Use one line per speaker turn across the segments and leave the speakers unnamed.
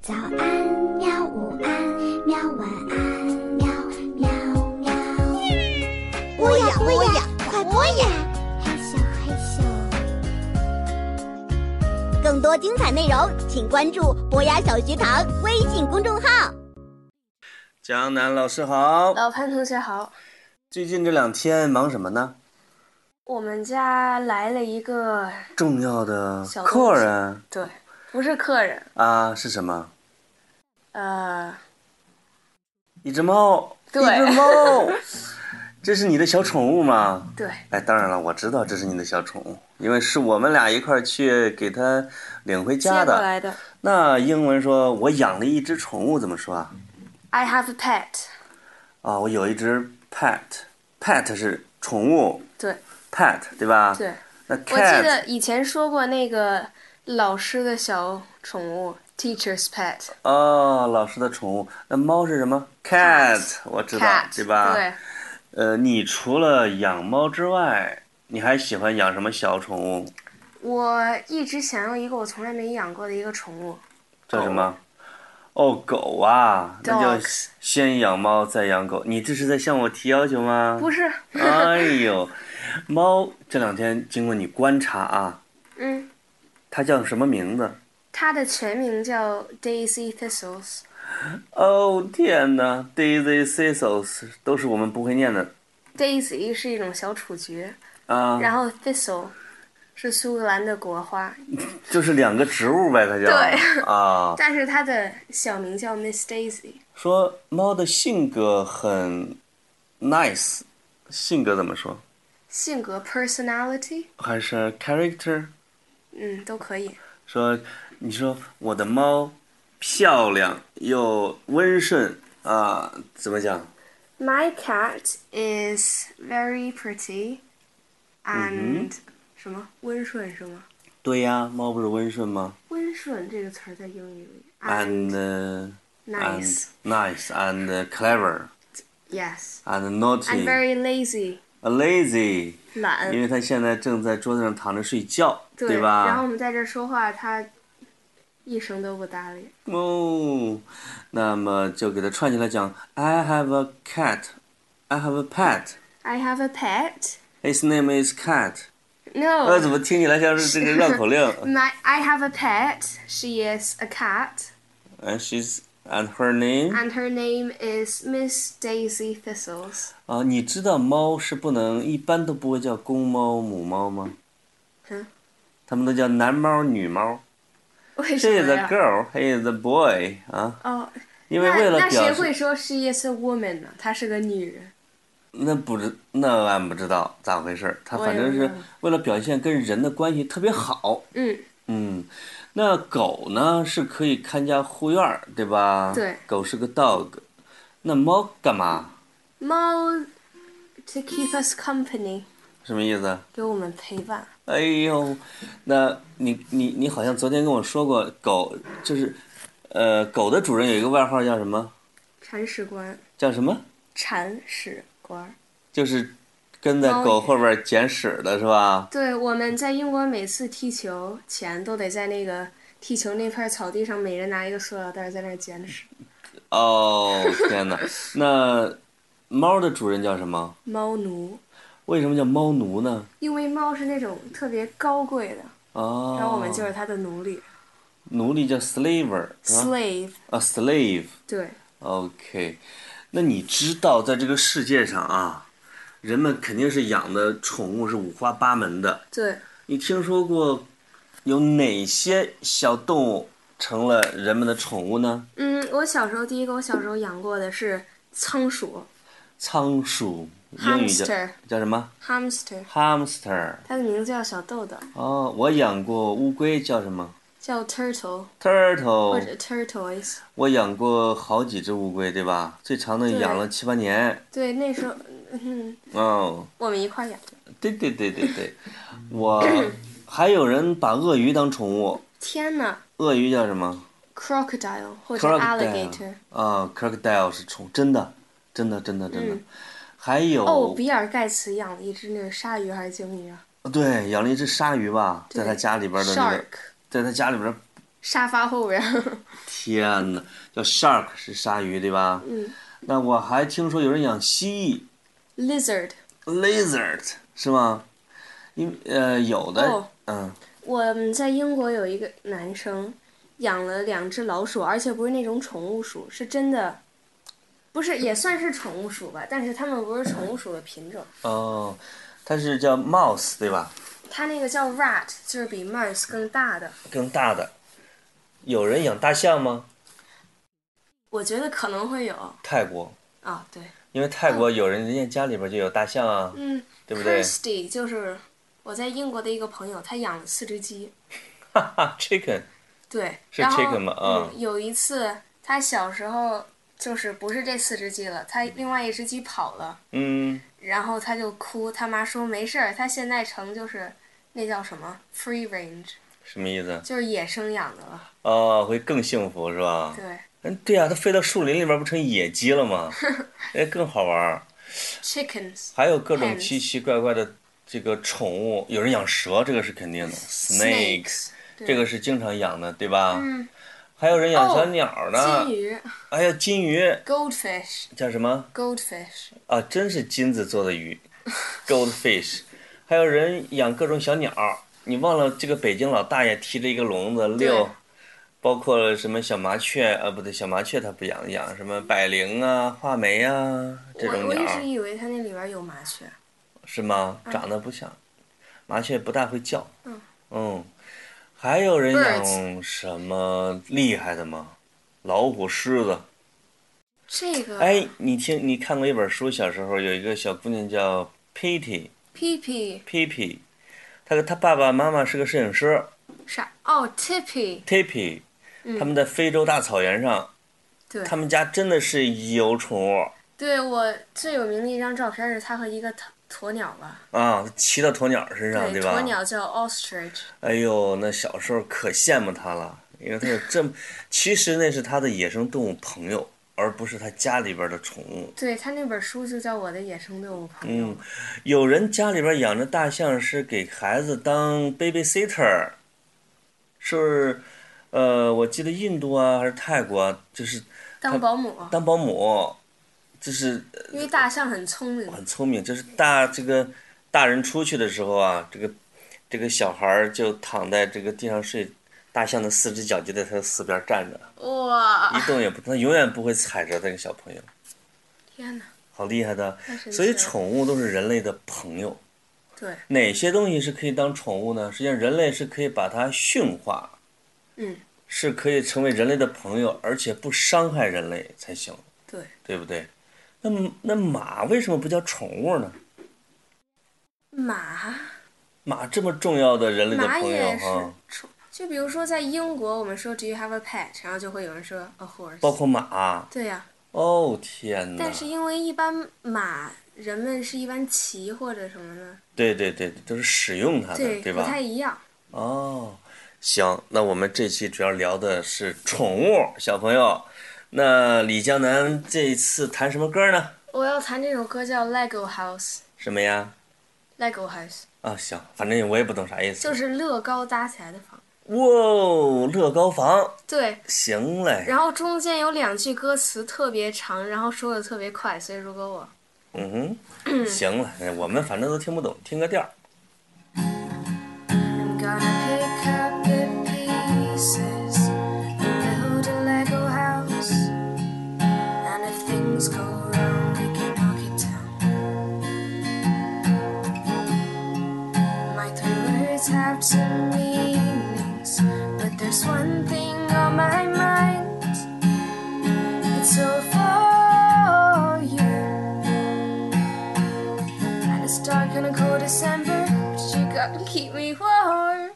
早安喵，午安喵，晚安喵喵喵。
播呀播呀，快播呀！
嘿咻嘿咻，
更多精彩内容，请关注博雅小学堂微信公众号。
江南老师好，
老呃潘同学好，
最近这两天忙什么呢？
我们家来了一个，
重要的
小东西
客人
对，不是客人，
啊，是什么？
呃，
一只猫，
对
一只猫， 这是你的小宠物吗？
对，
哎，当然了，我知道这是你的小宠物，因为是我们俩一块儿去给它领回
接
家
过
的。
来的。
那英文说，我养了一只宠物，怎么说啊？
I have a pet，
啊，我有一只 pet，pet 是宠物
对
，pet 对吧？
对，
那
我记
cat
得以前说过那个老师的小宠物，teacher's pet，cat，
哦，老师的宠物，那猫是什么？cat，我知道，对吧？
对，
呃，你除了养猫之外，你还喜欢养什么小宠物？
我一直想要一个我从来没养过的一个宠物，
叫什么？哦，狗啊，那就
Dogs
先养猫再养狗。你这是在向我提要求吗？
不是，
哎呦，猫这两天经过你观察啊，
嗯，
它叫什么名字？
它的全名叫 Daisy Thistles，
哦天哪，Daisy Thistles 都是我们不会念的
Daisy 是一种小雏菊，
啊，
然后 Thistle 是苏格兰的国花，
就是两个植物呗，它叫
对
啊。
但是它的小名叫 Miss Daisy，
说猫的性格很 nice，性格怎么说？
性格 personality，
还是 character？
嗯，都可以。
说你说我的猫漂亮又温顺啊，怎么讲？
My cat is very pretty and、什
Mm-hmm.
么温顺是吗？
对呀，猫不是温顺吗
温顺这个词儿在英语里
？And uh,
nice,
and nice and uh, clever
yes,
and
and
naughty
very lazy,
and lazy，
懒，
因为它现在正在桌子上躺着睡觉，
对
吧？
然后我们在这儿说话，它一声都不搭理。
哦，那么就给它串起来讲，I have a cat, I have a pet,
I have a pet.
his name is cat。
No.
呃，怎么听起来像是这个绕口 令
My, I have a pet. She is a cat,
？And she's and her name。
and her name is Miss Daisy Thistles.
啊，你知道猫是不能，一般都不会叫公猫、母猫吗？
嗯，
它们都叫男猫、女猫。
为什
She is
么
a
呀？
girl, he is a boy。啊，
哦，
因
那
为为了
那谁
表
会
示，
说 she is a woman 呢？她是个女人。
那不知那俺不知道咋回事儿。它
我也
反正
不知
是
道
为了表现跟人的关系特别好。
嗯，
嗯，那狗呢是可以看家护院儿，对吧？
对
狗是个 dog，那猫干嘛？
猫 to keep us company，
什么意思？
给我们陪伴。
哎呦，那你你你好像昨天跟我说过，狗就是，呃，狗的主人有一个外号叫什么？
铲屎官，
叫什么？
铲屎官。
就是跟在
猫
狗后边儿捡屎的是吧？
对，我们在英国每次踢球前都得在那个踢球那片草地上，每人拿一个塑料袋，在那儿捡屎。
哦，天 哪！那猫的主人叫什么？
猫奴。
为什么叫猫奴呢？
因为猫是那种特别高贵的，
哦，
然后我们就是它的奴隶、
奴隶叫 slaver 是吧？
slave。
啊，slave。
对，
OK，那你知道，在这个世界上啊，人们肯定是养的宠物是五花八门的。
对，
你听说过有哪些小动物成了人们的宠物呢？
嗯，我小时候第一个我小时候养过的是仓鼠
仓鼠，英语叫
Hamster
叫什么
（hamster），
？hamster。
它的名字叫小豆豆，
哦，我养过乌龟，叫什么
叫 turtle 或者
？turtle。
turtles。
我养过好几只乌龟，对吧？最长的
对
养了七八年。
对，那时候，嗯，
哦，
我们一块儿养的。
对对对对 对，我还有人把鳄鱼当宠物。
天呐
鳄鱼叫什么
crocodile 或者
？crocodile
alligator。
啊，crocodile 是虫，真的，真的，真的，真的。
嗯
还有
哦，比尔盖茨养了一只那个鲨鱼还是鲸鱼啊
对，养了一只鲨鱼吧，在
对
他家里边的那个，
？Shark。
在他家里边
沙发后边儿。
天哪，叫 shark 是鲨鱼对吧？
嗯
那我还听说有人养蜥
，lizard，
蜴 lizard 是吗？因呃有的、
哦
嗯
我们在英国有一个男生养了两只老鼠，而且不是那种宠物鼠，是真的，不是也算是宠物鼠吧，但是它们不是宠物鼠的品种。
哦，它是叫 mouse 对吧？
它那个叫 rat，就是比 mice 更大的。
更大的，有人养大象吗？
我觉得可能会有啊、
泰国，
对，
因为泰国有人人家家里边就有大象啊，
嗯
对不 对
，Kirsty 就是我在英国的一个朋友，他养了四只鸡，
哈哈，chicken
对，
是
然后
chicken 吗啊
嗯，有一次他小时候就是不是这四只鸡了，他另外一只鸡跑了。
嗯，
然后他就哭，他妈说没事儿，他现在成就是那叫什么 free range，
什么意思？
就是野生养的了。
哦，会更幸福是吧？
对
嗯，对呀、它飞到树林里边不成野鸡了 吗？哎，更好玩儿。
，chickens
还有各种
Hens
奇奇怪怪的这个宠物，有人养蛇，这个是肯定的，snakes，
对
这个是经常养的，对吧？
嗯，
还有人养小
哦
鸟呢，
金鱼
哎呀，金鱼
goldfish
叫什么
goldfish
啊？真是金子做的鱼，goldfish。还有人养各种小鸟，你忘了这个北京老大爷提着一个笼子遛
对，
包括什么小麻雀啊，不对，小麻雀他不养，养什么百灵啊、画眉啊这
我
种
我
鸟
一
儿
直以为它那里边有麻雀。
是吗？长得不像，麻雀不大会叫。
嗯
嗯还有人
Birds
养什么厉害的吗？老虎、狮子。
这个
哎，你听，你看过一本书，小时候有一个小姑娘叫 Pitty
屁屁
皮皮，她她爸爸妈妈是个摄影师
啥哦 tippy
，Tippy，他
嗯
们在非洲大草原上，
对
他们家真的是有宠物
对我最有名的一张照片是他和一个鸵鸵鸟吧，
啊，骑到鸵鸟身上，
对，
啊吧？
鸵鸟叫 ostrich，
哎呦，那小时候可羡慕他了，因为他有这 么，其实那是他的野生动物朋友，而不是他家里边的宠物。
对他那本书就叫我的野生动物朋友
嗯，有人家里边养着大象是给孩子当 babysitter，是，呃，我记得印度啊还是泰国啊，就是
当保姆。
当保姆，就是呃
因为大象很聪明，
很聪明，就是大这个大人出去的时候啊，这个这个小孩儿就躺在这个地上睡，大象的四只脚就在他的四边站着，一
哇！
动也不动，它永远不会踩着那个小朋友，
天哪，
好厉害的
太。神奇了
所以宠物都是人类的朋友。
对，
哪些东西是可以当宠物呢？实际上，人类是可以把它驯化，
嗯，
是可以成为人类的朋友，而且不伤害人类才行，
对，
对不对？那么那马为什么不叫宠物呢？
马
马这么重要的人类的
马
朋友
也是
哈，
宠，就比如说在英国，我们说 Do you have a pet？然后就会有人说 a
包
horse。
括马。
对呀、
哦天哪！
但是因为一般马人们是一般骑或者什么的，
对对对，都是使用它的，对
不
吧？
太一样。
哦，行，那我们这期主要聊的是宠物小朋友。那李江南这一次弹什么歌呢？
我要弹这首歌叫 Lego House，Lego
什么呀？
House
啊，行，反正我也不懂啥意思。
就是乐高搭起来的房。
哇哦，乐高房，
对，
行嘞。
然后中间有两句歌词特别长，然后说的特别快，所以如果我
嗯哼，行了，我们反正都听不懂，听个调儿。
I'm gonna pick up the pieces and build a Lego house. And if things go wrong, we can knock it down. My three words have two meanings, but there's one thing on my mind. It's all for you. And it's dark on a cold December, but you gotta keep me warm.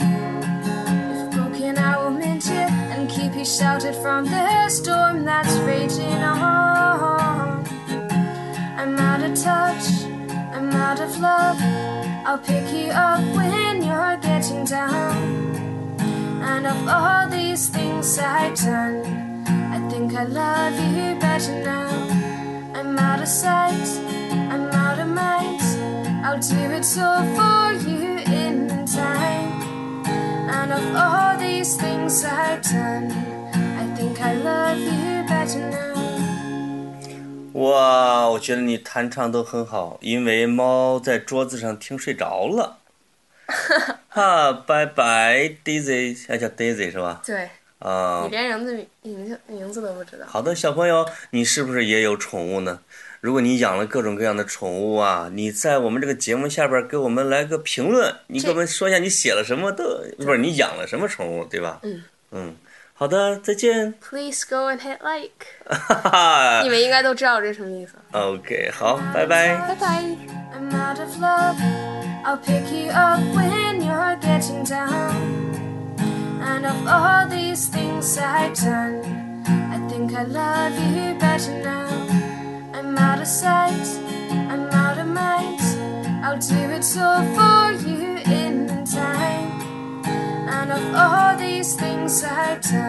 if broken, I will mend you and keep you sheltered from the storm that's raging on. I'm out of touch, I'm out of love. I'll pick you up when you're getting down. And of all these things I've done, I think I love you better now. I'm out of sight, I'm out of mind. I'll do it all for you in time. none of all these things I've done. I think I love you better now.
哇，我觉得你弹唱都很好，因为猫在桌子上听睡着 了。哈，拜拜，Daisy，哎，叫 Daisy 是吧？
对
啊、
你连人的名字名字都不知道，
好的，小朋友，你是不是也有宠物呢？如果你养了各种各样的宠物啊，你在我们这个节目下边给我们来个评论，你给我们说一下你写了什么都不是你养了什么宠物，对吧？
嗯
嗯，好的，再见，
Please go and hit like。
哈哈
你们应该都知道这是什么意思。
，OK，好，拜拜。
Bye bye. I'm out of love. I'll pick you up when you're getting down. And of all these things I've done, I think I love you better now. I'm out of sight. I'm out of mind. I'll do it all for you in time. And of all these things I've done.